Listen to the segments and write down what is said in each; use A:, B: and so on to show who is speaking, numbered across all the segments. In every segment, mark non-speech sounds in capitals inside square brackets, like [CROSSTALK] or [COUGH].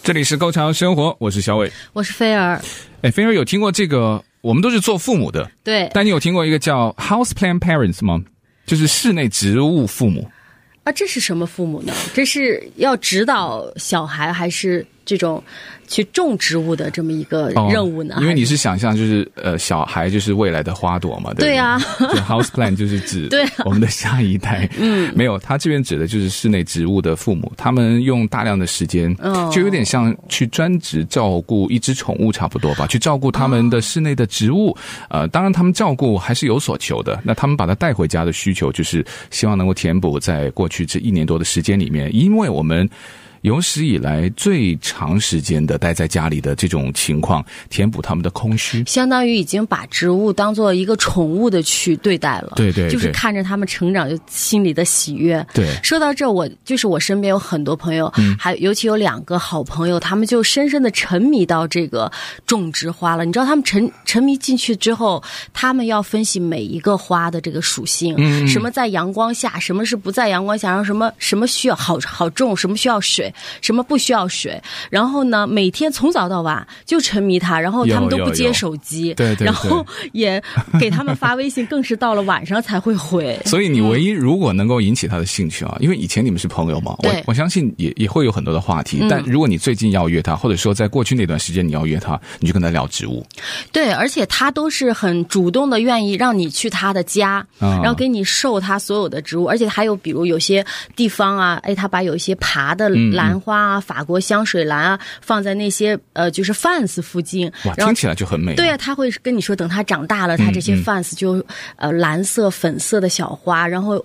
A: 这里是高潮生活，我是小伟。
B: 我是菲儿，
A: 哎，菲儿有听过这个？我们都是做父母的，
B: 对
A: 但你有听过一个叫 house plant parents 吗？就是室内植物父母。
B: 啊，这是什么父母呢？这是要指导小孩，还是这种去种植物的这么一个
A: 哦
B: 任务呢？
A: 因为你
B: 还
A: 是想象，就是呃，小孩就是未来的花朵嘛，对不对
B: 对啊
A: [LAUGHS] 就 house plant 就是 [LAUGHS] 指
B: 对啊
A: 我们的下一代。嗯，没有，他这边指的就是室内植物的父母，他们用大量的时间，
B: 哦
A: 就有点像去专职照顾一只宠物差不多吧，去照顾他们的室内的植物。呃，当然他们照顾还是有所求的，那他们把它带回家的需求，就是希望能够填补在过去这一年多的时间里面，因为我们。有史以来最长时间的待在家里的这种情况，填补他们的空虚。
B: 相当于已经把植物当做一个宠物的去对待了，
A: 对对
B: 就是
A: 对
B: 看着他们成长，就心里的喜悦。
A: 对嗯
B: 说到这，我就是我身边有很多朋友，还尤其有两个好朋友，他们就深深的沉迷到这个种植花了。你知道他们沉沉迷进去之后，他们要分析每一个花的这个属性，
A: 嗯
B: 什么在阳光下，什么是不在阳光下，然后什么什么需要好好种，什么需要水，什么不需要水。然后呢，每天从早到晚就沉迷它，然后他们都
A: 有
B: 不
A: 有
B: 接
A: 有
B: 手机，
A: 对对对
B: 然后也给他们发微信，更是到了晚上才会回。
A: 所以你唯
B: 嗯
A: 一如果能够引起他的兴趣啊，因为以前你们是朋友嘛，
B: 对嗯
A: 我我相信也也会有很多的话题。但如果你最近要约他，或者说在过去那段时间你要约他，你就跟他聊植物。
B: 对，而且他都是很主动的，愿意让你去他的家，
A: 啊
B: 然后给你授他所有的植物，而且还有比如有些地方啊，哎，他把有一些爬的兰花啊、法国香水兰啊，放在那些呃就是 fans 附近
A: 哇，，
B: 然
A: 听
B: 后。
A: 起来嗯就很美。
B: 对啊，他会跟你说，等他长大了，他这些 fans 就、呃蓝色、粉色的小花，然后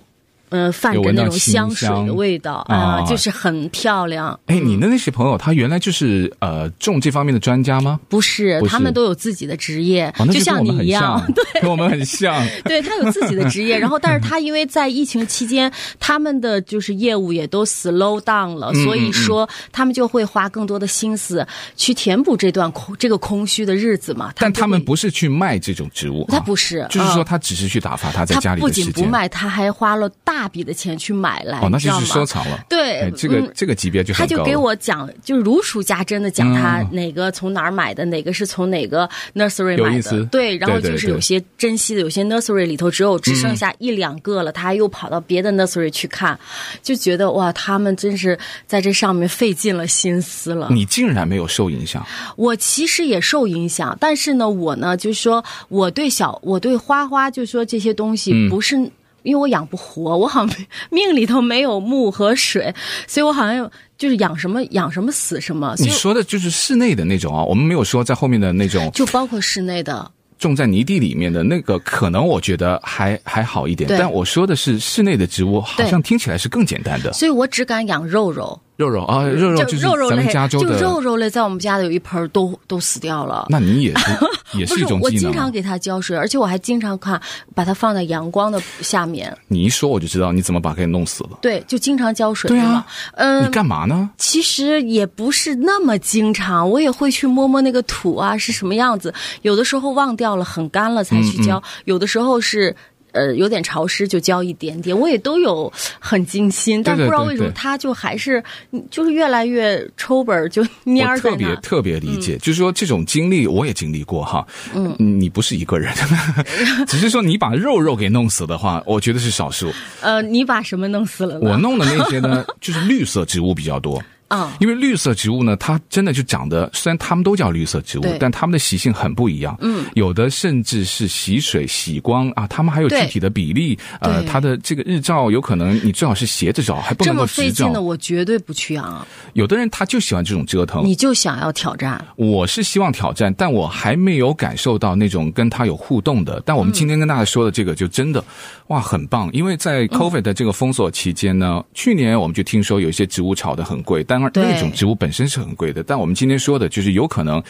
B: 呃泛
A: 有
B: 着
A: 闻
B: 那
A: 到
B: 种
A: 清
B: 香水的
A: 香
B: 味道
A: 啊
B: 啊、就是很漂亮。
A: 哎，你的那些朋友，他原来就是呃种这方面的专家吗？
B: 不是，
A: 不
B: 他
A: 是
B: 们都有自己的职业，
A: 哦，那
B: 就
A: 跟
B: 像
A: 我们
B: 你
A: 很
B: 一样 [LAUGHS]
A: 像，，跟我们很像。 [LAUGHS]
B: 对他有自己的职业，然后但是他因为在疫情期间，他们的就是业务也都 slow down 了，
A: 嗯
B: 所以说他们就会花更多的心思去填补这段空这个空虚的日子嘛。
A: 但他们
B: 就会，
A: 不是去卖这种植物、啊，
B: 他不是，
A: 就是说
B: 嗯
A: 他只是去打发他在家
B: 他
A: 里
B: 不
A: 的时
B: 仅
A: 间。
B: 不卖，他还花了大笔的钱去买来，
A: 哦，那
B: 你知
A: 就
B: 道
A: 是
B: 吗？
A: 收藏了。
B: 对
A: 哎，这个、
B: 嗯
A: 这个级别就
B: 他
A: 很高
B: 就
A: 了。
B: 给我讲，就如数家珍的讲他
A: 嗯
B: 哪个从哪儿买的，哪个是从哪个 nursery
A: 有
B: 买
A: 意思
B: 的，对，然后
A: 对对
B: 就是
A: 对嗯
B: 有些珍稀的，有些 nursery 里头只有只剩下一两个了，他又跑到别的 nursery 去看，就觉得哇，他们真是在这上面费尽了心思了。
A: 你竟然没有受影响，
B: 我其实也受影响，但是呢，我呢就是说，我对小我对花花就说这些东
A: 嗯
B: 西不是。因为我养不活，我好像没命里头没有木和水，所以我好像有就是养什么养什么死什么，所
A: 你
B: 以
A: 说的就是室内的那种啊，我们没有说在后面的那种
B: 就包括室内的，
A: 种在泥地里面的那个，可能我觉得还还好一点。
B: 对
A: 但我说的是室内的植物，好
B: 对
A: 像听起来是更简单的。
B: 所以我只敢养肉肉，
A: 肉肉啊，肉肉就是
B: 肉肉
A: 咱
B: 类
A: 们加州
B: 就
A: 的，
B: 肉肉类，在我们家的有一盆儿都都死掉了。
A: 那你
B: [LAUGHS]
A: 也是也
B: 不
A: 是一种
B: 我
A: 技
B: 经
A: 能
B: 常
A: 啊。
B: 给它浇水，而且我还经常看把它放在阳光的下面，
A: 你一说我就知道你怎么把它给弄死了。
B: 对，就经常浇水。
A: 对
B: 是
A: 啊
B: 吗，嗯
A: 你，干嘛呢？
B: 其实也不是那么经常，我也会去摸摸那个土啊是什么样子。有的时候忘掉了，很干了才
A: 嗯
B: 去浇；有的时候是呃有点潮湿就浇一点点。我也都有很精心，但
A: 对对
B: 不知道
A: 对
B: 为什么
A: 对
B: 它就还是嗯就是越来越抽本儿就蔫
A: 我
B: 儿在
A: 特
B: 那
A: 别
B: 儿。
A: 特别理
B: 嗯
A: 解，就是说这种经历我也经历过哈。嗯，你不是一个人，
B: [LAUGHS]
A: 只是说你把肉肉给弄死的话，我觉得是少
B: [LAUGHS]
A: 数。
B: 呃，你把什么弄死了呢？
A: 我弄的那些呢，就是绿色植物比较多。
B: 啊、
A: 因为绿色植物呢，它真的就长得，虽然它们都叫绿色植物
B: 对，
A: 但它们的习性很不一样。嗯，有的甚至是喜水、喜光啊，它们还有具
B: 对
A: 体的比例。呃，
B: 对
A: 它的这个日照有可能你最好是斜着照，还不
B: 这
A: 能够
B: 么费
A: 直
B: 劲的，
A: 照。
B: 我绝对不去养。
A: 有的人他就喜欢这种折腾。
B: 你就想要挑战，
A: 我是希望挑战，但我还没有感受到那种跟他有互动的。但我们今天跟大家说的这个，就真的、哇，很棒！因为在 COVID 的这个封锁期间呢，去年我们就听说有一些植物炒得很贵，当然
B: 对
A: 那种植物本身是很贵的。但我们今天说的就是有可能。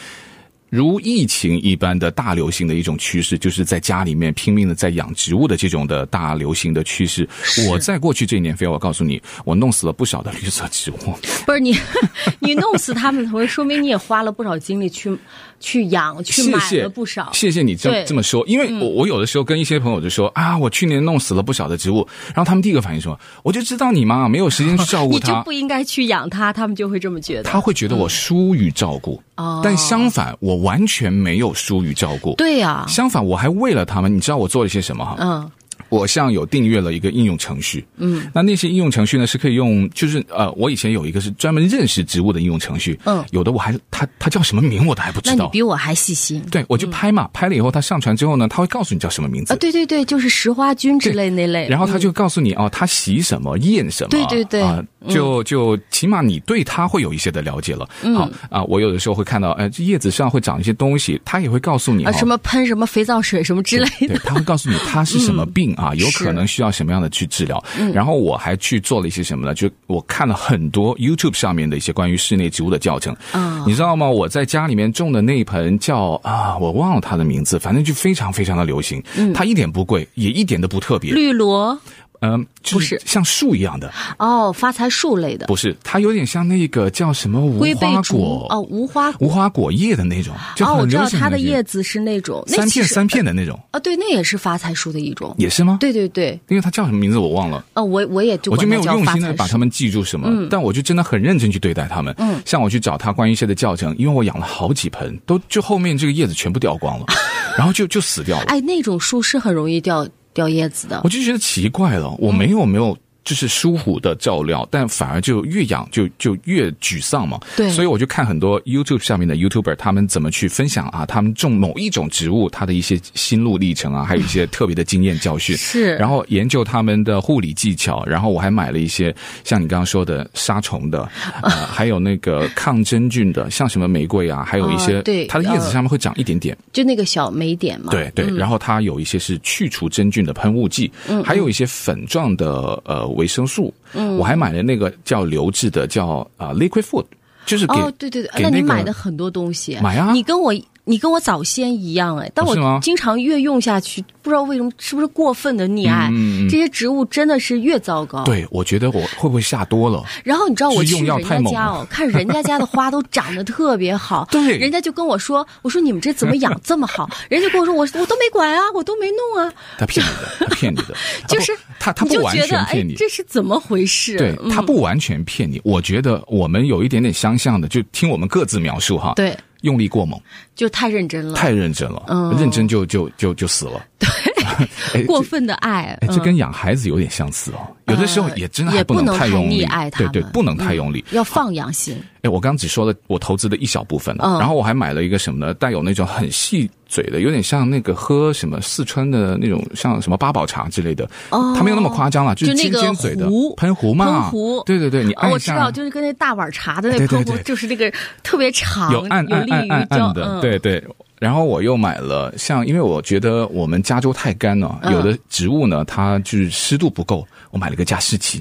A: 如疫情一般的大流行的一种趋势，就是在家里面拼命的在养植物的这种的大流行的趋势。我在过去这一年，非要我告诉你，我弄死了不少的绿色植物。
B: 不是你， [LAUGHS] 你弄死他们的同时，说明你也花了不少精力去去养、去
A: 谢
B: 买
A: 谢
B: 了不少。
A: 谢谢你这
B: 对嗯
A: 这么说，因为我我有的时候跟一些朋友就说啊，我去年弄死了不少的植物，然后他们第一个反应说，我就知道你嘛，没有时间去照顾
B: [LAUGHS] 你就
A: 它
B: 不。应该去养它，他们就会这么觉得。
A: 他会觉得我疏于照顾，
B: 哦
A: 但相反，我完全没有疏于照顾。
B: 对啊呀、
A: 相反，我还为了他们，你知道我做了些什么哈？
B: 嗯，
A: 我像有订阅了一个应用程序，嗯，那那些应用程序呢是可以用，就是呃，我以前有一个是专门认识植物的应用程序，
B: 嗯
A: 有的我还它它叫什么名我都还不
B: 那
A: 知
B: 你
A: 道，
B: 比我还细心
A: 对我就拍嘛，拍了以后它上传之后呢，它会告诉你叫什么名字，
B: 啊！对对对，就是石花菌之类那类。啊
A: 然后他就告诉你哦，他喜什么，厌什么，
B: 嗯对对嗯对
A: 啊，就就起码你对他会有一些的了解了。
B: 嗯
A: 好啊，我有的时候会看到，呃，这叶子上会长一些东西，他也会告诉你
B: 啊，
A: 哈
B: 什么喷什么肥皂水什么之类
A: 对，
B: 的。嗯
A: 他会告诉你他是什么病啊，有可
B: 是嗯
A: 能需要什么样的去治疗。然后我还去做了一些什么呢？就我看了很多 YouTube 上面的一些关于室内植物的教程。
B: 啊
A: 你知道吗？我在家里面种的那一盆叫啊，我忘了它的名字，反正就非常非常的流行。它一点不贵，也一点都不特别。
B: 嗯绿萝
A: 嗯，就
B: 不
A: 是
B: 是
A: 像树一样的，
B: 哦，发财树类的，
A: 不是，它有点像那个叫什么无
B: 龟背
A: 花
B: 竹
A: 果
B: 哦，无花果
A: 无花果叶的那种，就
B: 哦，我
A: 很
B: 知
A: 流
B: 道
A: 行
B: 它的
A: 那些
B: 叶子是那种那
A: 三
B: 其
A: 片
B: 实
A: 三片的那种，
B: 啊，对，那也是发财树的一种。
A: 也是吗？，
B: 对对对，
A: 因为它叫什么名字我忘了。
B: 哦，我我也就
A: 我就
B: 管
A: 没
B: 它
A: 有
B: 叫
A: 用
B: 发
A: 心的
B: 财嗯
A: 把
B: 树
A: 它们记住什么，但我就真的很认真去对待它们。嗯，像我去找它关于一些的教程，因为我养了好几盆，都就后面这个叶子全部掉光
B: [LAUGHS]
A: 了，然后就就死掉了。
B: 哎，那种树是很容易掉掉叶子的
A: 我。就觉得奇怪了，我没有没有就是疏忽的照料，但反而就越养就就越沮丧嘛。
B: 对
A: 所以我就看很多 YouTube 上面的 YouTuber 他们怎么去分享啊，他们种某一种植物它的一些心路历程啊，还有一些特别的经验教训。
B: 是
A: 然后研究他们的护理技巧，然后我还买了一些像你刚刚说
B: [LAUGHS]
A: 的杀虫的，呃，还有那个抗真菌的，像什么玫瑰啊，还有一些、
B: 哦对
A: 它的叶子
B: 呃
A: 上面会长一点点。
B: 就那个小霉点嘛。
A: 对对，然后它有一些是去除真菌的喷雾剂，
B: 嗯
A: 还有一些粉状的呃维生素。我还买了那个叫流质的，叫啊、呃 liquid food，就是给、
B: 哦，对对对，
A: 给
B: 那
A: 那
B: 你
A: 个
B: 买的很多东西，
A: 买啊
B: 你跟我你跟我早先一样哎，但
A: 哦
B: 我
A: 是吗
B: 经常越用下去，不知道为什么是不是过分的溺爱、
A: 嗯嗯嗯
B: 这些植物，真的是越糟糕。。
A: 对，我觉得我会不会下多了？
B: 然后你知道我
A: 是
B: 去
A: 用药
B: 人
A: 太
B: 家
A: 猛
B: 家
A: 了，
B: 哦，看人家家的花都长得特别好
A: [LAUGHS] 对
B: 人家就跟我说，我说你们这怎么养这
A: [LAUGHS]
B: 么好？人家跟我说，我我都没管啊，我都没弄啊，
A: 他骗你的，他骗你的，
B: [LAUGHS] 就是
A: 他他
B: 你
A: 不
B: 就
A: 完
B: 觉得
A: 全
B: 哎
A: 骗你，，
B: 这是怎么回事？
A: 对
B: 嗯
A: 他不完全骗你。我觉得我们有一点点相像的，就听我们各自描述哈。，
B: 对，
A: 用力过猛，
B: 就太认真了，
A: 太认真了，
B: 嗯
A: 认真就就就就死了。 [LAUGHS] 对
B: 过分的爱
A: 哎，，这
B: 嗯
A: 跟养孩子有点相似哦。有的时候
B: 呃
A: 也真的还
B: 也不
A: 能
B: 能
A: 太
B: 太
A: 用力，
B: 溺爱他
A: 对
B: 们嗯
A: 对，不能太用力。
B: 要放养心。
A: 哎，我刚刚只说了我投资的一小部分了，
B: 嗯
A: 然后我还买了一个什么呢？带有那种很细嘴的，有点像那个喝什么四川的那种，像什么八宝茶之类的。
B: 哦
A: 它没有那么夸张了，是
B: 就那
A: 尖
B: 个
A: 尖嘴的
B: 壶
A: 喷壶嘛。
B: 喷壶
A: 对对对，你按
B: 哦，
A: 一
B: 我知
A: 下，
B: 道，就是跟那大碗茶的那
A: 对对
B: 喷壶
A: 对，
B: 就是那个特别长，
A: 有按按
B: 啊利
A: 按按
B: 于
A: 按
B: 交
A: 的，
B: 嗯
A: 对对。然后我又买了，像因为我觉得我们加州太干了，
B: 嗯
A: 有的植物呢它就是湿度不够，我买了个加湿器。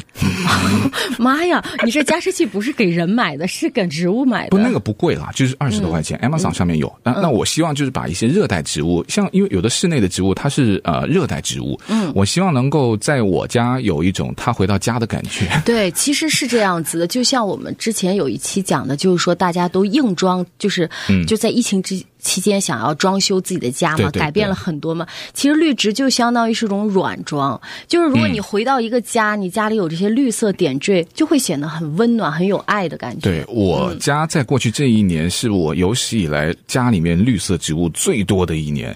B: 妈呀，你这加湿器不是给人买的，是给植物买的。嗯
A: 不，那个不贵啦，就是二十多块钱、a m a z o n 上面有。那、那我希望就是把一些热带植物，像因为有的室内的植物它是呃热带植物，嗯，我希望能够在我家有一种它回到家的感觉。
B: 对，其实是这样子的，就像我们之前有一期讲的，就是说大家都硬装，就是、就在疫情之期间想要装修自己的家嘛，
A: 嗯对对对
B: 改变了很多嘛。其实绿植就相当于是一种软装，就是
A: 嗯
B: 如果你回到一个家，你家里有这些绿色点缀，就会显得很温暖、很有爱的感觉。
A: 对我
B: 嗯
A: 家，在过去这一年是我有史以来家里面绿色植物最多的一年。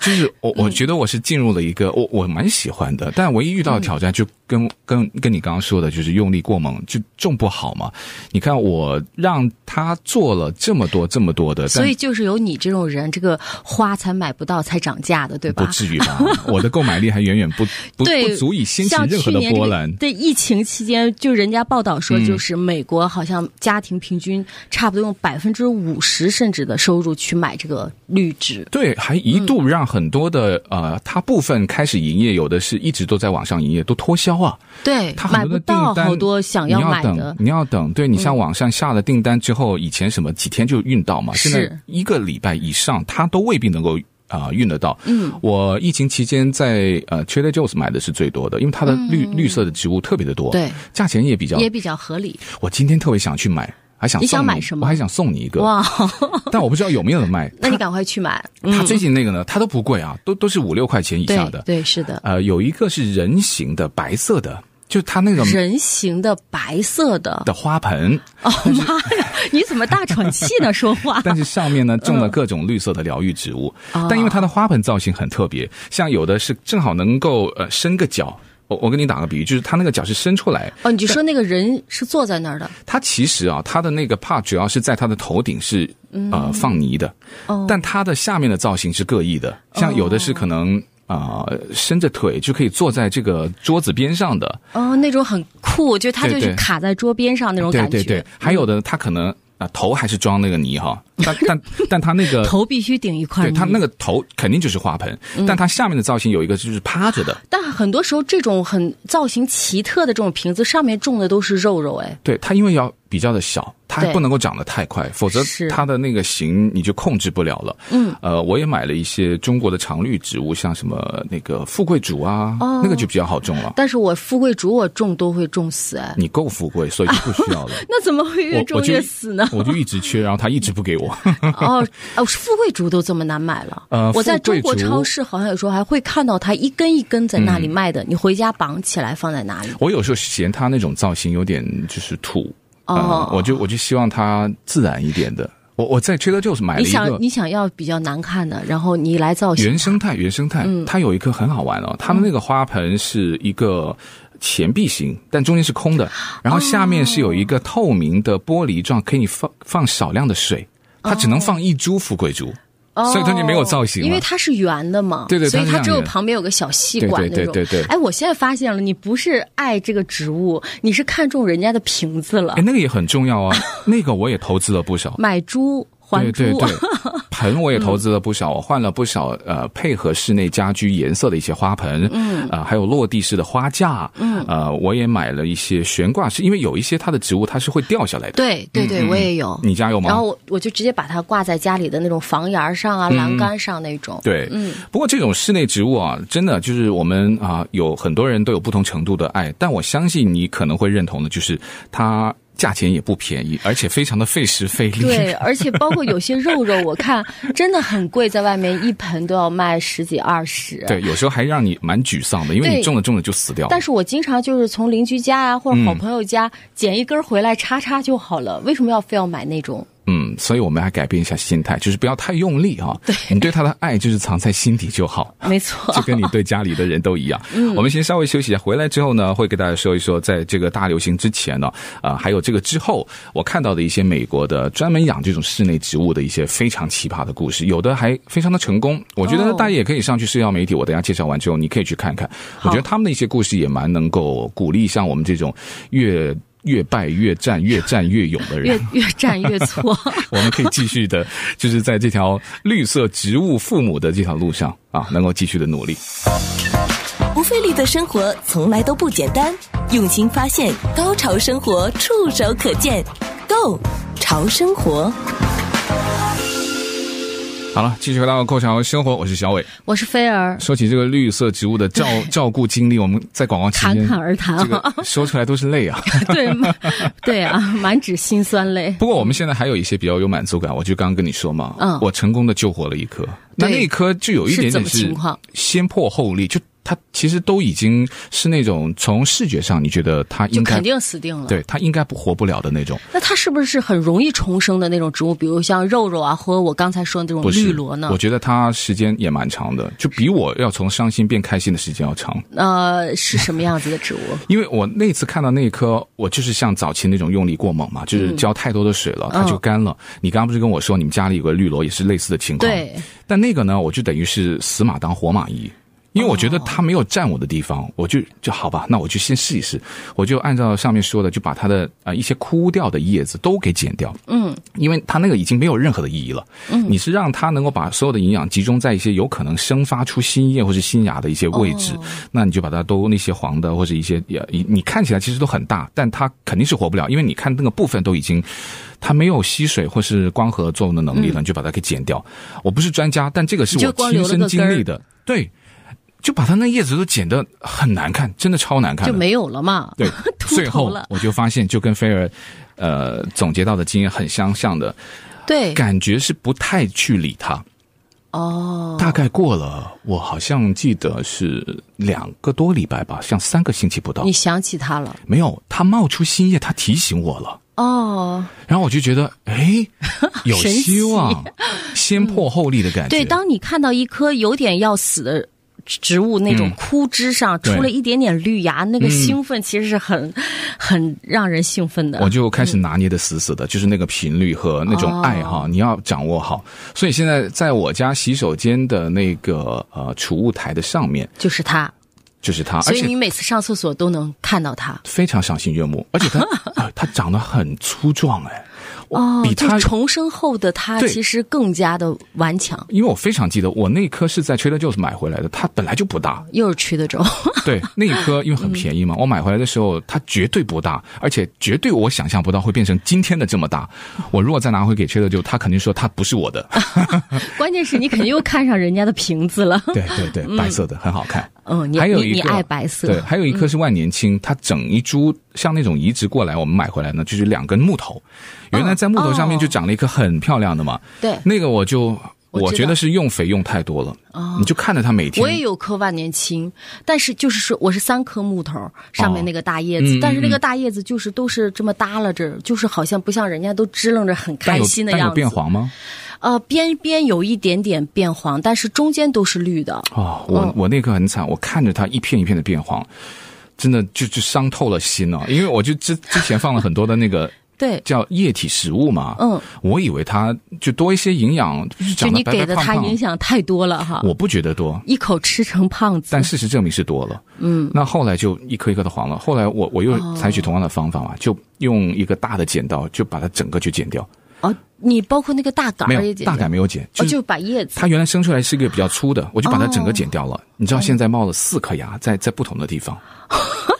A: 就是我，
B: 嗯
A: 我觉得我是进入了一个我我蛮喜欢的，但唯一遇到
B: 嗯
A: 的挑战就跟、跟跟你刚刚说的，就是用力过猛，就种不好嘛。你看我让他做了这么多这么多的，
B: 所
A: 但
B: 以就是有你这种人，这个花才买不到，才涨价的，对吧？
A: 不至于吧？我的购买力还远
B: [LAUGHS]
A: 远不不
B: 对，
A: 不足以掀起
B: 像
A: 任何
B: 去
A: 的
B: 年
A: 波
B: 这个
A: 澜。嗯
B: 对，疫情期间，就人家报道说，就是美国好像家庭平均差不多用百分之五十甚至的收入去买这个绿植。嗯
A: 对，还一度让很多的呃，它部分开始营业，有的是一直都在网上营业，都脱销啊。
B: 对
A: 它，
B: 买
A: 很多
B: 不
A: 的订
B: 到
A: 单，
B: 好多想
A: 你要
B: 买的嗯
A: 等，，你要等。对你像网上下了订单之后，以前什么几天就运到嘛，现在
B: 是
A: 一个礼拜以上，它都未必能够。啊、运得到。嗯，我疫情期间在呃 Trader Joe's 买的是最多的，因为它的绿、绿色的植物特别的多，
B: 嗯对，
A: 价钱也比较。
B: 也比较合理。
A: 我今天特别想去买，还想
B: 你
A: 送
B: 想买什么
A: 我还想送你一个，
B: 哇，。
A: 但我不知道有没有人卖
B: [LAUGHS] 那你赶快
A: [LAUGHS]
B: 去买。
A: 它最近那个呢，它都不贵啊，都都是五六块钱以嗯
B: 对
A: 下的。
B: 对，是的，
A: 呃，有一个是人形的白色的，就它那个
B: 人形的白色的。
A: 的花盆，
B: 哦妈呀！你怎么大喘气呢？说
A: [LAUGHS]
B: [LAUGHS] 话。
A: 但是上面呢种了各种绿色的疗愈植物。
B: 嗯哦
A: 但因为它的花盆造型很特别，像有的是正好能够呃伸个脚。我我跟你打个比喻，就是它那个脚是伸出来，
B: 哦，你就说那个人是坐在那儿的，
A: 它其实啊，它的那个帕主要是在它的头顶是
B: 嗯
A: 呃放泥的，
B: 哦
A: 但它的下面的造型是各异的，像有的是可能啊、呃伸着腿就可以坐在这个桌子边上的，
B: 哦，那种很酷，就他就
A: 对对
B: 是卡在桌边上那种
A: 对
B: 感觉。
A: 对对，还有的它可能啊、头还是装那个泥哈，但但 [LAUGHS] 但它那个
B: 头必须顶一块
A: 对
B: 泥。
A: 它那个头肯定就是花盆，
B: 嗯
A: 但它下面的造型有一个就是趴着的，
B: 但很多时候，这种很造型奇特的这种瓶子上面种的都是肉肉，哎，
A: 对它因为要比较的小，它
B: 对
A: 不能够长得太快，否则
B: 是
A: 它的那个形你就控制不了了。嗯，呃，我也买了一些中国的常绿植物，像什么那个富贵竹啊，
B: 哦
A: 那个就比较好种了。
B: 但是我富贵竹我种都会种死，哎，
A: 你够富贵，所以就不需
B: [LAUGHS]
A: 要了。
B: 那怎么会越
A: 我我
B: 种
A: 就
B: 越死呢？
A: [LAUGHS] 我就一直缺，然后他一直不给我。
B: [LAUGHS] 哦哦，富贵竹都这么难买了。
A: 呃
B: 我在
A: 富贵
B: 中国
A: 竹
B: 超市好像有时候还会看到它一根一根在
A: 嗯
B: 那里卖的，你回家绑起来放在哪里？
A: 我有时候嫌他那种造型有点就是土，呃
B: 哦
A: 我就我就希望它自然一点的。我我在 Trader Joe's 买了
B: 你
A: 一个
B: 想你想要比较难看的，然后你来造型
A: 原，生态，原生态，它有一颗很好玩哦，它们那个花盆是一个。前壁型，但中间是空的，然后下面是有一个透明的玻璃状，可以放放少量的水，它只能放一株富贵竹，
B: 哦
A: 所以它就没有造型了
B: 因为它是圆的嘛，
A: 对对
B: 所以
A: 它是这
B: 它
A: 样
B: 只有
A: 圆
B: 旁边有个小细管
A: 对
B: 那
A: 对
B: 种。
A: 对对对
B: 哎，我现在发现了，你不是爱这个植物，你是看中人家的瓶子了
A: 哎，。那个也很重要啊，那个我也投资了不少，
B: 买猪还啊
A: 对
B: 猪，
A: 对对，盆我也投资了不少，我换了不少呃配合室内家居颜色的一些花盆，嗯，呃还有落地式的花架，嗯，呃我也买了一些悬挂式，因为有一些它的植物它是会掉下来的，
B: [LAUGHS] 对对对
A: 嗯嗯
B: 我也有。
A: 你家有吗？
B: 然后我我就直接把它挂在家里的那种房檐上
A: 嗯
B: 啊、栏杆上那种。
A: 对，嗯，不过这种室内植物啊，真的就是我们啊，有很多人都有不同程度的爱，但我相信你可能会认同的，就是它价钱也不便宜，而且非常的费时费力。
B: 对，而且包括有些肉肉，我看真的很贵，在外面一盆都要卖十几二十。
A: 对，有时候还让你蛮沮丧的，因为
B: 对
A: 你种着种着就死掉了。
B: 但是我经常就是从邻居家啊，或者好朋友家
A: 嗯
B: 捡一根回来插插就好了，为什么要非要买
A: [LAUGHS]
B: 那种？
A: 嗯，所以我们还改变一下心态，就是不要太用力啊。对，你对它的爱就是藏在心底就好。
B: 没错
A: 就，跟你对家里的人都一样。
B: 嗯
A: 我们先稍微休息一下，回来之后呢，会给大家说一说，在这个大流行之前呢，啊、还有这个之后，我看到的一些美国的专门养这种室内植物的一些非常奇葩的故事，有的还非常的成功。我觉得
B: 哦
A: 大家也可以上去社交媒体，我等一下介绍完之后，你可以去看看。我觉得他们的一些故事也蛮能够鼓励像我们这种越。越败越战，越战越勇的人，
B: 越越站越错。
A: 我们可以继续的，就是在这条绿色植物父母的这条路上啊，能够继续的努力。
C: 不费力的生活从来都不简单，用心发现，高潮生活触手可见 g o 潮生活。
A: 好了，继续回到扣桥生 [LAUGHS] 活，我是小伟。
B: 我是菲儿，
A: 说起这个绿色植物的照照顾经历，我们在广告期
B: [LAUGHS] 侃
A: 间
B: 侃而谈
A: 这
B: 啊，
A: 个说出来都是泪
B: [LAUGHS]
A: 啊。
B: 对吗对啊，满纸辛酸泪。
A: 不过我们现在还有一些比较有满足感，我就刚刚跟你说嘛，
B: 嗯
A: 我成功的救活了一颗，那
B: 对
A: 那一颗就有一点
B: 是
A: 点
B: 怎么
A: 是
B: 情况
A: 先破后立，就它其实都已经是那种从视觉上你觉得它
B: 就
A: 应该
B: 肯定死定了。
A: 对它应该不活不了的那种。
B: 那它是不是很容易重生的那种植物？比如像肉肉啊，和我刚才说的那种
A: 不是
B: 绿萝呢
A: 我？觉得它时间也蛮长的，就比我要从伤心变开心的时间要长。
B: 呃，是什么样子的植
A: [LAUGHS]
B: 物？
A: 因为我那次看到那一颗，我就是像早期那种用力过猛嘛，就是浇太多的水了，它就干了。你刚刚不是跟我说你们家里有个绿萝也是类似的情况？
B: 对。
A: 但那个呢，我就等于是死马当活马医。因为我觉得它没有占我的地
B: 哦
A: 方，我就就好吧，那我就先试一试，我就按照上面说的，就把它的啊、呃一些枯掉的叶子都给剪掉，
B: 嗯，
A: 因为它那个已经没有任何的意义了，嗯，你是让它能够把所有的营养集中在一些有可能生发出新叶或是新芽的一些位置，
B: 哦
A: 那你就把它都那些黄的或者一些也你你看起来其实都很大，但它肯定是活不了，因为你看那个部分都已经它没有吸水或是光合作用的能力了，你就把它给剪掉。我不是专家，但这个是
B: 嗯你
A: 我
B: 就光
A: 亲
B: 留了
A: 身
B: 个
A: 经
B: 根儿
A: 历的，对。就把它那叶子都剪得很难看，真的超难看的，
B: 就没有了嘛。，
A: 对
B: [LAUGHS] 秃头
A: 最后
B: 了
A: 我就发现，就跟菲儿，呃，总结到的经验很相像的
B: 对，
A: 感觉是不太去理它。
B: 哦，
A: 大概过了，我好像记得是两个多礼拜吧，像三个星期不到
B: 你。想起他了，
A: 没有，它冒出新叶，它提醒我了。
B: 哦。
A: 然后我就觉得，哎，
B: [LAUGHS]
A: 有
B: 神奇
A: 希望，先破后立的感觉。
B: 对，当你看到一棵有点要死的植物那种
A: 嗯
B: 枯枝上
A: 对嗯
B: 出了一点点绿芽，那个兴奋其实是很、很让人兴奋的。
A: 我就开始拿捏的死死的，就是那个频率和那种爱哈，
B: 哦
A: 你要掌握好。所以现在在我家洗手间的那个呃储物台的上面，
B: 就是它，
A: 就是它，而
B: 所以你
A: 且
B: 每次上厕所都能看到它。
A: 非常赏心悦
B: [LAUGHS]
A: 目，而且它、呃它长得很粗壮哎，我
B: 哦，
A: 比
B: 就
A: 它。
B: 重生后的它
A: 对
B: 其实更加的顽强。
A: 因为我非常记得，我那颗是在 Trader Joe's 买回来的，它本来就不
B: [LAUGHS]
A: 大。
B: 又是去的州，
A: 对，那一颗因为很便宜
B: 嗯
A: 嘛，我买回来的时候它绝对不大，而且绝对我想象不到会变成今天的这么大。我如果再拿回给 Trader Joe，他肯定说它不是我的。
B: 关键是你肯定又看上人家的瓶
A: [LAUGHS]
B: 子 [LAUGHS] 了。
A: 对对对，白色的、很好看。
B: 嗯，你
A: 还有
B: 你
A: 一个
B: 你爱白
A: 对，
B: 色，嗯
A: 还有一颗是万年青，它整一株像那种移植过来，我们买回来呢，就是两根木头，原来在木头上面
B: 哦
A: 就长了一颗很漂亮的嘛，
B: 对
A: 那个我就。
B: 哦我知道哦
A: 我觉得是用肥用太多了，你就看着它每天。
B: 我也有棵万年青，但是就是说我是三棵木头上面那个大叶子，
A: 嗯嗯
B: 但是那个大叶子就是都是这么耷拉着，就是好像不像人家都支棱着很
A: 但
B: 开
A: 有
B: 心的
A: 但
B: 样
A: 有
B: 子。
A: 变黄吗？
B: 呃，边边有一点点变黄，但是中间都是绿的。
A: 哦，我
B: 嗯
A: 我那颗很惨，我看着它一片一片的变黄，真的就就伤透了心了、因为我就之之前放了很多的那个
B: 对，
A: 叫液体食物嘛，
B: 嗯，
A: 我以为它就多一些营养，就是
B: 就
A: 长得
B: 你
A: 白
B: 给
A: 白
B: 的
A: 胖
B: 它
A: 胖
B: 影。响太多了哈，
A: 我不觉得多，
B: 一口吃成胖子
A: 但。事实证明是多了。嗯，那后来就一颗一颗的黄了。后来我我又
B: 哦
A: 采取同样的方法嘛，就用一个大的剪刀就把它整个就剪掉，
B: 哦，你包括那个大杆
A: 没
B: 儿也
A: 有
B: 剪
A: 大
B: 掉
A: 杆没有剪，
B: 哦，
A: 是
B: 就把叶子
A: 它原来生出来是一个比较粗的，我就把它
B: 哦
A: 整个剪掉了。你知道现在冒了四颗芽，在在不同的地
B: [LAUGHS]
A: 方。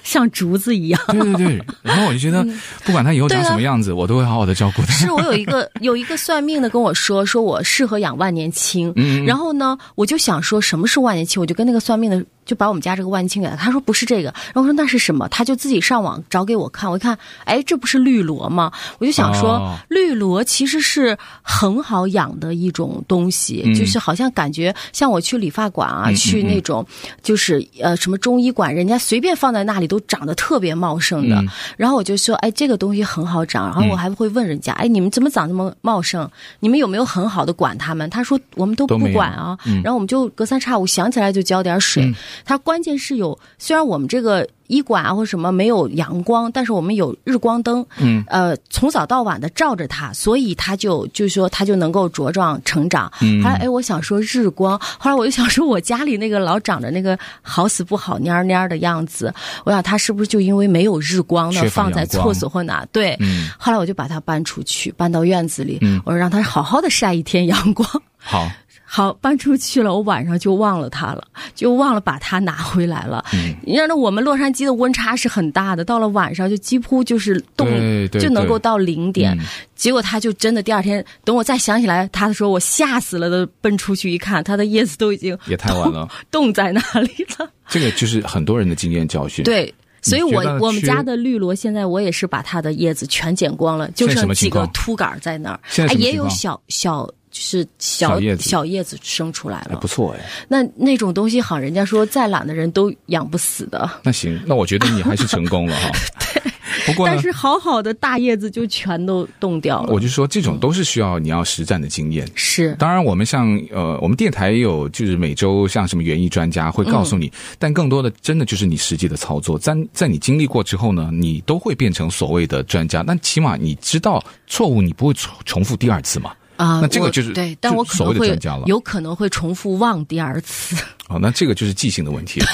B: 像竹子一样。
A: 对对对，然后我就觉得，不管它以后长
B: 对啊
A: 什么样子，我都会好好的照顾它。
B: 是我有一个 [LAUGHS] 有一个算命的跟我说，说我适合养万年青。然后呢，我就想说什么是万年青，我就跟那个算命的就把我们家这个万年青给他，他说不是这个，然后我说那是什么？他就自己上网找给我看，我一看，哎，这不是绿萝吗？我就想说，
A: 哦
B: 绿萝其实是很好养的一种东西，
A: 嗯
B: 就是好像感觉像我去理发馆啊，去那种就是呃什么中医馆，人家随便放在那里都长得特别茂盛的。
A: 嗯
B: 然后我就说，哎，这个东西很好长。然后我还会问人家，哎，你们怎么长这么茂盛？你们有没有很好的管它们？他说我们都
A: 都
B: 不
A: 没有嗯
B: 管啊，然后我们就隔三差五想起来就浇点水。它关键是有，虽然我们这个医馆啊或者什么没有阳光，但是我们有日光灯，嗯，呃，从早到晚的照着它，所以它就就是说它就能够茁壮成长。嗯、后来哎，我想说日光，后来我就想说我家里那个老长着那个好死不好蔫儿蔫儿的样子，我想它是不是就因为没有日光呢
A: 缺，乏
B: 放在
A: 阳光
B: 厕所或哪？对，
A: 嗯
B: 后来我就把它搬出去，搬到院子里，
A: 嗯
B: 我说让它好好的晒一天阳光。
A: 好，
B: 好，搬出去了，我晚上就忘了它了，就忘了把它拿回来了。
A: 嗯
B: 你知道，我们洛杉矶的温差是很大的，到了晚上就几乎就是冻
A: 对，对
B: 就能够
A: 对
B: 到零点。
A: 嗯
B: 结果它就真的第二天，等我再想起来它的时候，我吓死了的奔出去一看，它的叶子都已经
A: 也太晚了，
B: 冻在那里
A: [LAUGHS]
B: 了。
A: 这个就是很多人的经验教训。，
B: 对。所以
A: 你
B: 我
A: 觉得，
B: 我们
A: 缺
B: 家的绿萝现在我也是把它的叶子全剪光了，就
A: 现在什
B: 剩
A: 么
B: 几
A: 情
B: 个
A: 况
B: 秃杆儿在那儿，
A: 现在
B: 哎，
A: 什么
B: 也
A: 情
B: 有
A: 况
B: 小小就是小
A: 小叶子
B: 叶子生出来
A: 还
B: 了
A: 不。错哎。
B: 那那种东西好，人家说再懒的人都养不死的，
A: 那行，那我觉得你还是成功了
B: [LAUGHS]
A: 哈。对，不过呢
B: 但，是好好的大叶子就全都冻掉了。
A: 我就说这种都是需要你要实战的经验。
B: 是
A: 当然，我们像呃，我们电台也有，就是每周像什么园艺专家会告诉
B: 嗯
A: 你，但更多的真的就是你实际的操作。在在你经历过之后呢，你都会变成所谓的专家。但起码你知道错误，你不会重重复第二次嘛？
B: 啊，
A: 那这个
B: 我
A: 就是
B: 对，但
A: 就
B: 我可
A: 所
B: 能
A: 谓的
B: 会
A: 专家了。
B: 有可能会重复忘第二次。
A: 哦，那这个就是记性的问题了，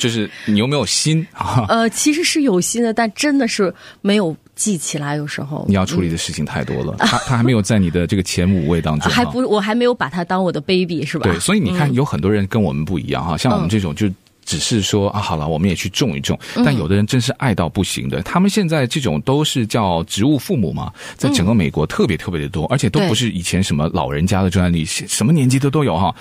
A: 就是你有没有心啊？
B: 呃，其实是有心的，但真的是没有记起来，有时候
A: 你要处理的事情太
B: [LAUGHS]
A: 多了，他他还没有在你的这个前五位当中啊，
B: 还不我还没有把它当我的 baby 是吧？嗯
A: 对，所以你看，有很多人跟我们不一样哈，像我们这种就。只是说啊，好了，我们也去种一种。
B: 嗯
A: 但有的人真是爱到不行的，他们现在这种都是叫植物父母嘛，在
B: 嗯
A: 整个美国特别特别的多，而且都
B: 对
A: 不是以前什么老人家的专利，什什么年纪的都有哈。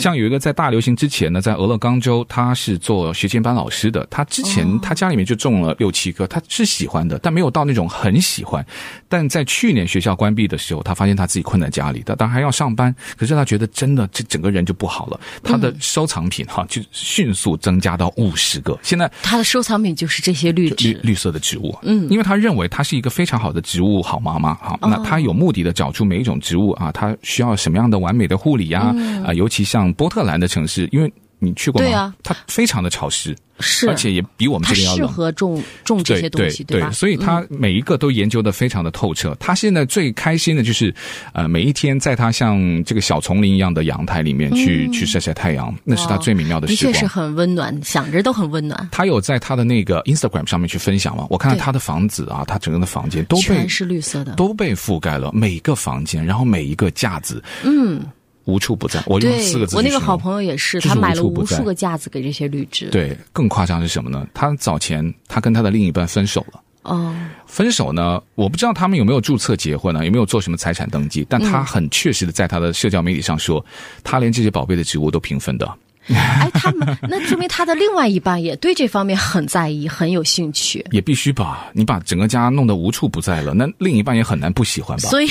A: 像有一个在大流行之前呢，在俄勒冈州，他是做学前班老师的，他之前他家里面就种了六七棵，他是喜欢的，但没有到那种很喜欢。但在去年学校关闭的时候，他发现他自己困在家里，他当然还要上班，可是他觉得真的这整个人就不好了，他的收藏品哈、就迅速增加到五十个，现在。
B: 它的收藏品就是这些绿
A: 绿
B: 植。
A: 绿色的植物，嗯，因为他认为它是一个非常好的植物好妈妈哈、
B: 哦
A: 那他有目的的找出每一种植物啊，它需要什么样的完美的护理呀、啊，尤其像波特兰的城市，因为你去过吗？
B: 嗯对啊
A: 它非常的潮湿，
B: 是
A: 而且也比我们
B: 它
A: 这边要
B: 适
A: 冷。
B: 合种种这
A: 对
B: 些东西，
A: 对
B: 吧？嗯
A: 所以他每一个都研究的非常的透彻。他现在最开心的就是，呃，每一天在他像这个小丛林一样的阳台里面去、去晒晒太阳，那是他
B: 哇
A: 最美妙的
B: 嗯的
A: 时
B: 确是
A: 光。
B: 很温暖，想着都很温暖，
A: 他有在他的那个 Instagram 上面去分享嘛？我看到
B: 对
A: 他的房子啊，他整个的房间都被
B: 全是绿色的。
A: 都被覆盖了，每个房间，然后每一个架子，嗯，无处不在。我用
B: 对
A: 四个字去形容。
B: 我那个好朋友也是，
A: 就是
B: 他买
A: 无
B: 了
A: 处不
B: 无
A: 在
B: 数个架子给这些绿植。，
A: 对，更夸张是什么呢？他早前他跟他的另一半分手了。
B: 哦，
A: 分手呢，我不知道他们有没有注册结婚啊，有没有做什么财产登记，但他很确实的在他的社交媒体上说，他连这些宝贝的植物都平分的。
B: 哎，他们那说明他的另外一半也对这方面很在意，很有兴趣。
A: 也必须吧，你把整个家弄得无处不在了，那另一半也很难不喜欢吧？
B: 所以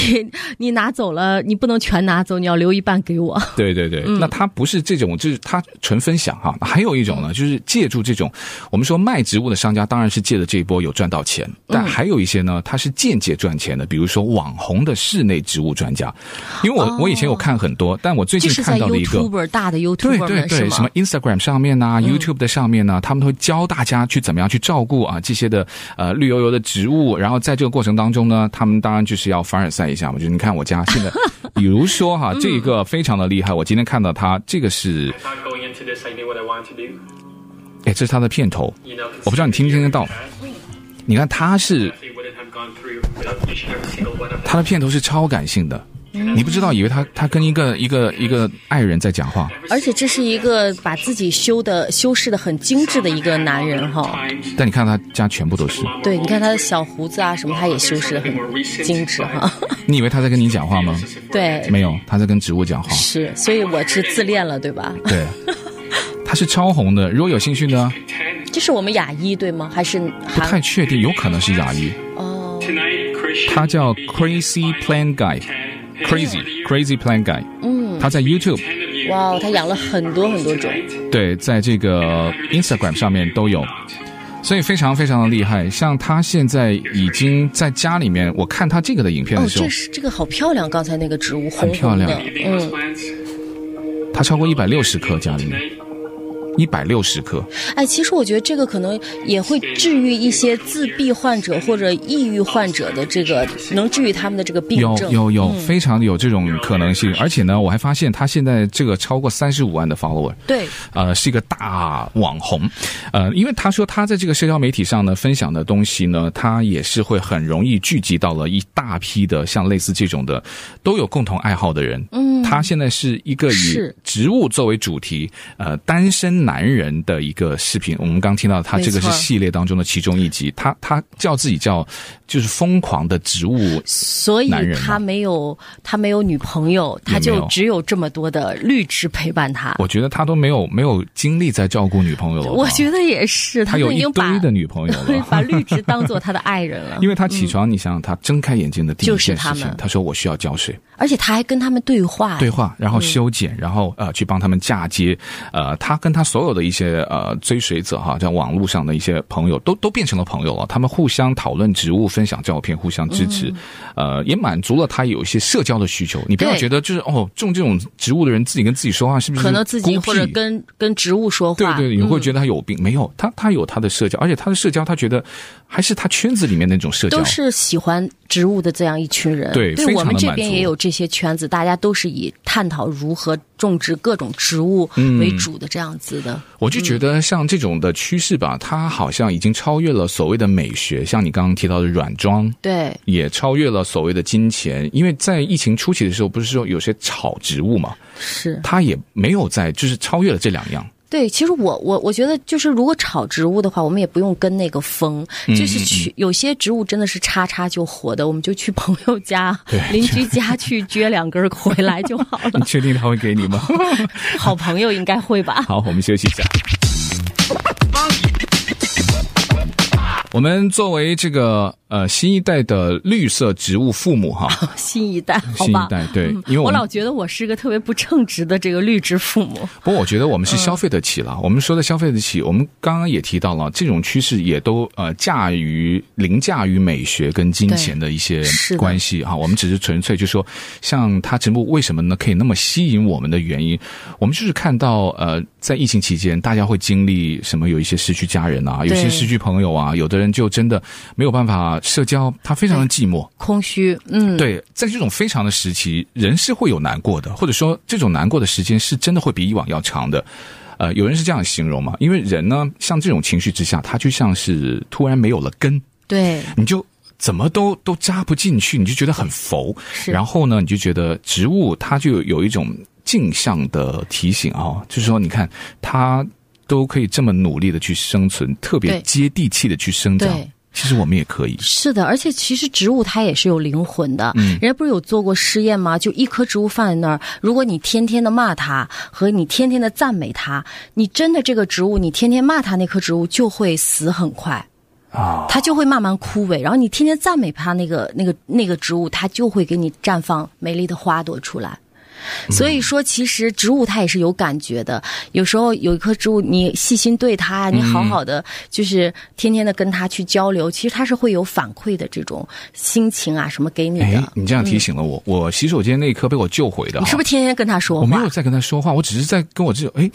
B: 你拿走了，你不能全拿走，你要留一半给我。
A: [LAUGHS] 对对对，
B: 嗯
A: 那他不是这种，就是他纯分享哈、还有一种
B: 嗯
A: 呢，就是借助这种，我们说卖植物的商家，当然是借着这一波有赚到钱，但
B: 嗯
A: 还有一些呢，他是间接赚钱的，比如说网红的室内植物专家，因为我、我以前有看很多，但我最
B: 哦这
A: 近
B: 是在
A: 看到了一个。
B: YouTuber 大的 YouTuber
A: 对
B: 们
A: 对
B: 是
A: 对，
B: 吗？嗯
A: 什么 Instagram 上面呐、YouTube 的上面呢、啊他们会教大家去怎么样去照顾啊这些的呃绿油油的植物，然后在这个过程当中呢，他们当然就是要凡尔赛一下嘛，就是你看我家现在，比如说
B: [LAUGHS] 嗯
A: 哈，这一个非常的厉害，我今天看到它，这个是
D: Without going into this, I knew what I wanted to do.
A: 哎，这是它的片头，
D: You know,
A: 我不知道你听不听得到，你看它是
D: Definitely wouldn't have gone through without each and every single one of them.
A: 它的片头是超感性的，
B: 嗯
A: 你不知道以为他他跟一个一个一个爱人在讲话，
B: 而且这是一个把自己修的修饰的很精致的一个男人哈。
D: Times,
A: 但你看他家全部都是，
B: 对，你看他的小胡子啊什么，他也修饰的很精致哈。
A: 你以为他在跟你讲话吗？
B: 对，
A: 没有，他在跟植物讲话。
B: 是，所以我是自恋了，对吧？
A: [LAUGHS] 对，它是超红的。如果有兴趣呢，
D: Ten.
B: 这是我们雅一对吗？还是
A: 不太
B: 韩？
A: 确定，有可能是牙医。
B: 哦，
D: Tonight, Christian.
A: 他叫 Crazy Plan
D: Ten.
A: Guy，Crazy Crazy Plan Guy。嗯，他在 YouTube，
D: Ten of you.
B: 哇，他养了很多很多种。
A: 对，在这个呃 Instagram 上面都有，所以非常非常的厉害。像他现在已经在家里面，我看他这个的影片
B: 哦
A: 的，时候
B: 这，是这个好漂亮，刚才那个植物红
A: 漂
B: 红
A: 亮
B: 的，嗯。
A: 他超过一百六十颗家里面，一百六十颗。
B: 哎，其实我觉得这个可能也会治愈一些自闭患者或者抑郁患者的这个，能治愈他们的这个病
A: 有
B: 症。
A: 有有，非常有这种可能性。而且呢，我还发现他现在这个超过三十五万的 follower，
B: 对，
A: 呃，是一个大网红，呃，因为他说他在这个社交媒体上呢分享的东西呢，他也是会很容易聚集到了一大批的像类似这种的都有共同爱好的人。嗯，他现在是一个以
B: 是
A: 植物作为主题，呃，单身男人的一个视频。我们刚听到他这个是
B: 没错
A: 系列当中的其中一集，他他叫自己叫就是疯狂的植物
B: 所以
A: 男人嘛
B: 他没有他没有女朋友，他
A: 也没
B: 就
A: 有
B: 只有这么多的绿植陪伴他。
A: 我觉得他都没有没有精力在照顾女朋友了吧。
B: 我觉得也是，
A: 他
B: 他
A: 有
B: 都
A: 一
B: 已经把
A: 堆的女朋友了，
B: [LAUGHS] 把绿植当做他的爱人了
A: [LAUGHS] 因，为他起床，你想想，他睁开眼睛的第一
B: 就是
A: 件
B: 他
A: 事
B: 们哎
A: 情，他说我需要浇水，
B: 而且他还跟他们对话。
A: 对话，
B: 嗯
A: 然后修剪，然后呃去帮他们嫁接，呃，他跟他所有的一些呃追随者哈，在网络上的一些朋友，都都变成了朋友了，他们互相讨论植物，分享照片，互相支持，呃，也满足了他有一些社交的需求。你不要
B: 嗯对
A: 觉得就是哦，种这种植物的人自己跟自己说话是不是
B: 可能自己
A: 孤僻
B: 或者嗯跟跟植物说
A: 对
B: 话，
A: 对，你会觉得他有病？没有，他他有他的社交，而且他的社交，他觉得还是他圈子里面那种社交，
B: 都是喜欢植物的这样一群人。
A: 对非常
B: 我们
A: 地
B: 这
A: 满
B: 边
A: 足
B: 也有这些圈子，大家都是以探讨如何种植各种植物为
A: 嗯
B: 主的这样子的。
A: 我就觉得像这种的趋势吧，它好像已经超越了所谓的美学，像你刚刚提到的软装，
B: 对，
A: 也超越了所谓的金钱。因为在疫情初期的时候，不是说有些炒植物嘛，
B: 是。
A: 它也没有在，就是超越了这两样。
B: 对，其实我我我觉得就是，如果炒植物的话，我们也不用跟那个风，
A: 嗯
B: 就是去有些植物真的是插插就活的，我们就去朋友家、邻居家去撅两根儿回来就好
A: [LAUGHS]
B: 了。
A: 确定他会给 [LAUGHS] 你吗？
B: 好朋友应该会吧？
A: 好，我们休息一下。我们作为这个呃新一代的绿色植物父母 [LAUGHS] 哈，
B: [LAUGHS] 新一代，好
A: 新
B: 吧
A: 一？代对，因为我
B: 我
A: 们
B: 老觉得我是个特别不称职的这个绿植父母。
A: 不过我觉得我们
B: 嗯
A: 是消费得起了。我们说的消费得起，我们刚刚也提到了，这种趋势也都呃驾于凌驾于美学跟金钱的一些
B: 是的
A: 关系哈。我们只是纯粹就说，像它植物为什么呢可以那么吸引我们的原因，我们就是看到呃在疫情期间，大家会经历什么？有一些失去家人啊，有些
B: 对
A: 失去朋友啊，有的人就真的没有办法社交，他非常的寂寞。
B: 空虚，嗯，
A: 对，在这种非常的时期，人是会有难过的，或者说这种难过的时间是真的会比以往要长的。呃，有人是这样形容嘛？因为人呢，像这种情绪之下，他就像是突然没有了根，
B: 对，
A: 你就怎么都都扎不进去，你就觉得很浮。
B: 是
A: 然后呢，你就觉得植物它就有一种镜像的提醒啊、就是说，你看它都可以这么努力的去生存，特别
B: 对
A: 接地气的去生长
B: 对。
A: 其实我们也可以，
B: 是的，而且其实植物它也是有灵魂的。嗯，人家不是有做过实验吗？就一棵植物放在那儿，如果你天天的骂它和你天天的赞美它，你真的这个植物，你天天骂它，那棵植物就会死很快。啊，它就会慢慢枯萎，然后你天天赞美它那个那个那个植物，它就会给你绽放美丽的花朵出来。
A: 嗯
B: 所以说，其实植物它也是有感觉的。有时候有一棵植物，你细心对它，你好好的，就是天天的跟它去交流，其实它是会有反馈的这种心情啊，什么给你
A: 哎
B: 的，。
A: 你这样提醒了我，我洗手间那一刻被我救回的哈，啊
B: 嗯你是不是天天跟它说
A: 我没
B: 话
A: 有？在跟他说话，我只是在跟我这种，哎，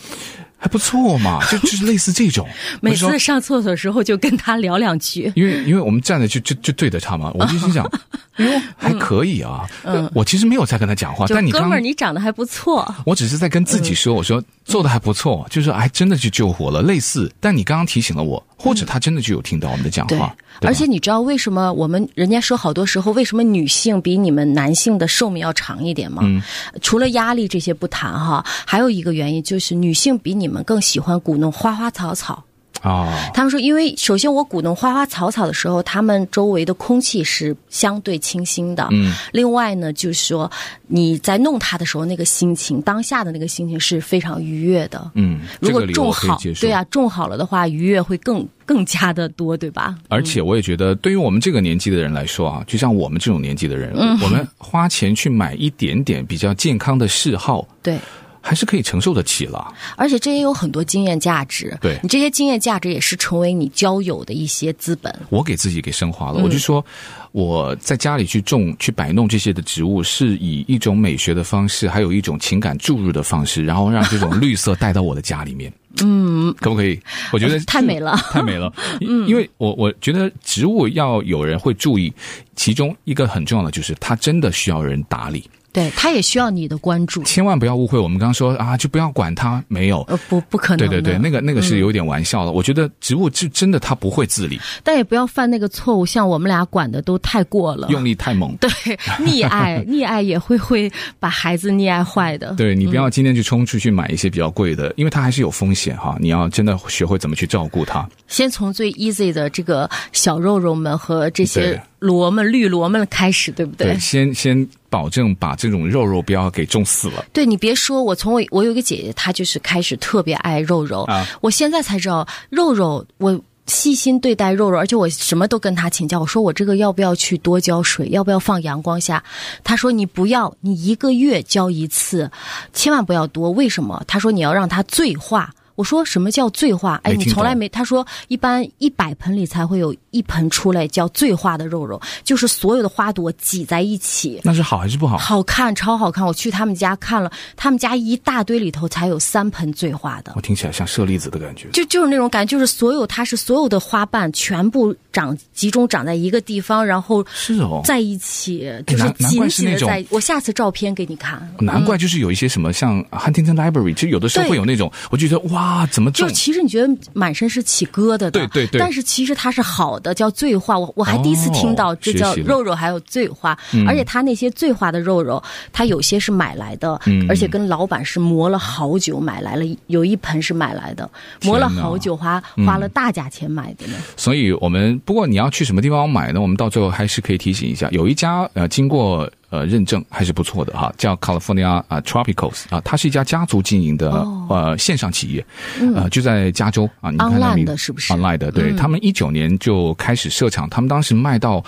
A: 还不错嘛，就就是类似这种。
B: [LAUGHS] 每
A: 我就
B: 次
A: 说
B: 上厕所的时候就跟它聊两句。
A: 因为因为我们站着就就就对着他嘛，我就心
B: [LAUGHS]
A: 想，哟，还可以啊。我其实没有在跟他讲话，
B: 嗯就
A: 啊但你
B: 哥
A: 刚哦
B: 们儿，你嗯长得还不错，
A: 我只是在跟自己说，我说做的还不错，就是还真的去救活了，类似。但你刚刚提醒了我，或者他真的就有听到我们的讲话，对吧
B: 嗯而且你知道为什么我们人家说好多时候为什么女性比你们男性的寿命要长一点吗？
A: 嗯
B: 除了压力这些不谈哈，还有一个原因就是女性比你们更喜欢鼓弄花花草草。
A: 啊，
B: 他们说，因为首先我鼓弄花花草草的时候，他们周围的空气是相对清新的。嗯，另外呢，就是说你在弄它的时候，那个心情，当下的那个心情是非常愉悦的。
A: 嗯，
B: 如
A: 这
B: 果
A: 个理由
B: 种
A: 我可以
B: 好，
A: 接受
B: 对啊，种好了的话，愉悦会更更加的多，对吧？
A: 而且我也觉得，对于我们这个年纪的人来说啊，就像我们这种年纪的人，
B: 嗯
A: 我们花钱去买一点点比较健康的嗜好，
B: 对。
A: 还是可以承受得起了。
B: 而且这也有很多经验价值。
A: 对
B: 你这些经验价值也是成为你交友的一些资本。
A: 我给自己给升华了，我
B: 嗯
A: 就说我在家里去种、去摆弄这些的植物，是以一种美学的方式，还有一种情感注入的方式，然后让这种绿色带到我的家里
B: [LAUGHS]
A: 面。嗯，可不可以？我觉得
B: 太美了嗯
A: 太美
B: [LAUGHS]
A: 了。因因为我我觉得植物要有人会注意，其中一个很重要的就是它真的需要人打理。
B: 对，他也需要你的关注。
A: 千万不要误会，我们刚刚说啊，就不要管它，没有。
B: 呃，不，不可能
A: 对
B: 的。嗯
A: 对对，那个那个是有点玩笑了。我觉得植物是真的它不会自理，
B: 但也不要犯那个错误，像我们俩管的都太过了。
A: 用力太猛。
B: 对，溺爱，溺爱也会会把孩子溺爱坏的。
A: 对你不要今天去冲出去买一些比较贵
B: 嗯
A: 的，因为它还是有风险哈。你要真的学会怎么去照顾它。
B: 先从最 easy 的这个小肉肉们和这
A: 对
B: 些萝们、绿萝们开始，对不对？
A: 先先保证把这种肉肉不要给种死了。
B: 对你别说，我从我我有一个姐姐，她就是开始特别爱肉肉，
A: 啊
B: 我现在才知道肉肉我。细心对待肉肉，而且我什么都跟她请教。我说我这个要不要去多浇水，要不要放阳光下？她说你不要，你一个月浇一次，千万不要多。为什么？她说你要让它醉化。我说什么叫醉化？哎，
A: 没
B: 你
A: 听
B: 从来
A: 懂
B: 没。他说一般一百盆里才会有一盆出来叫醉化的肉肉，就是所有的花朵挤在一起。
A: 那是好还是不好？
B: 好看，超好看！我去他们家看了，他们家一大堆里头才有三盆醉化的，
A: 我听起来像舍利子的感觉。
B: 就就是那种感觉，就是所有它是所有的花瓣全部长集中长在一个地方，然后
A: 是哦哎
B: 在一起，就是
A: 难难
B: 紧
A: 怪是
B: 紧
A: 那
B: 的
A: 种
B: 在。我下次照片给你看，
A: 难怪就是有一些什么像 Huntington Library，其实有的时候
B: 对
A: 会有那种，我就觉得哇，怎么
B: 就
A: 种
B: 是？其实你觉得满身是起疙瘩的，
A: 对对对
B: 但是其实它是好的，叫醉化。我我还第一次听到
A: 哦
B: 这
A: 学
B: 叫
A: 习了嗯
B: 肉肉，还有醉化，而且它那些醉化的肉肉，它有些是买来的，
A: 嗯
B: 而且跟老板是磨了好久买来了，有一盆是买来的，磨了好久花
A: 嗯
B: 花了大价钱买的呢。 [LAUGHS]
A: 所以我们不过你要去什么地方买呢？我们到最后还是可以提醒一下，有一家呃经过呃认证还是不错的哈，叫 California 啊、Tropicals 啊，它是一家家族经营的、呃线上企业，呃就在加州啊，你看它
B: 哦嗯 Online
A: 名
B: 的是不是嗯
A: ？Online 的，对、他们一九年就开始设厂，他们当时卖到。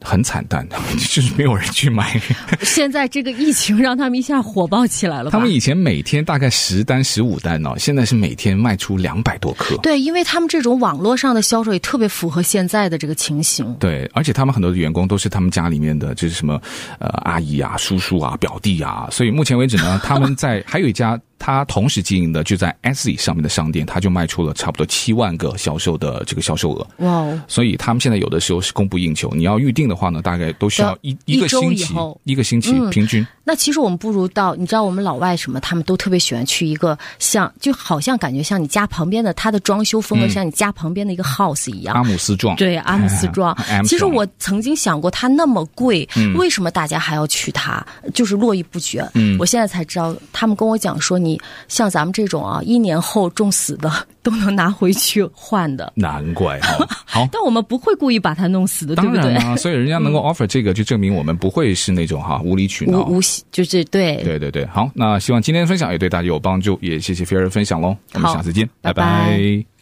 A: 很惨淡， [LAUGHS] 就是没有人去买。
B: 现在这个疫情让他们一下火爆起来了吧？
A: 他们以前每天大概十单、十五单哦，现在是每天卖出两百多颗。
B: 对，因为他们这种网络上的销售也特别符合现在的这个情形。
A: 对，而且他们很多的员工都是他们家里面的，就是什么呃阿姨啊、叔叔啊、表弟啊，所以目前为止
B: [LAUGHS]
A: 呢，他们在还有一家他同时经营的就在 Etsy 上面的商店，他就卖出了差不多七万个销售的这个销售额。
B: 哇哦！
A: 所以他们现在有的时候是供不应求，你要预定的话呢，大概都需要
B: 对
A: 一
B: 一
A: 一个
B: 周
A: 星
B: 以
A: 期
B: 后，嗯
A: 一个星期平
B: [LAUGHS]
A: 均。
B: 那其实我们不如到，你知道我们老外什么，他们都特别喜欢去一个像，就好像感觉像你家旁边的，它的装修风格像你家旁边的一
A: 嗯
B: 个 house 一样。
A: 阿姆斯壮，
B: 啊对，阿姆斯壮
A: Armstrong。
B: 其实我曾经想过，它那么贵，
A: 嗯
B: 为什么大家还要去它？就是络绎不绝。
A: 嗯
B: 我现在才知道，他们跟我讲说，你像咱们这种啊，一年后种死的都能拿回去换的，
A: 难怪
B: [LAUGHS]
A: 哈、好。
B: 但我们不会故意把它弄死的，对
A: 当
B: 不对
A: 然？啦、所以人家能够 offer 这个，就证明我们不会是那种哈无理取闹
B: 无无喜就是对
A: 对对对，好，那希望今天的分享也对大家有帮助，也谢谢菲儿的分享喽，我们
B: 好
A: 下次见，
B: 拜
A: 拜
B: 拜
A: 拜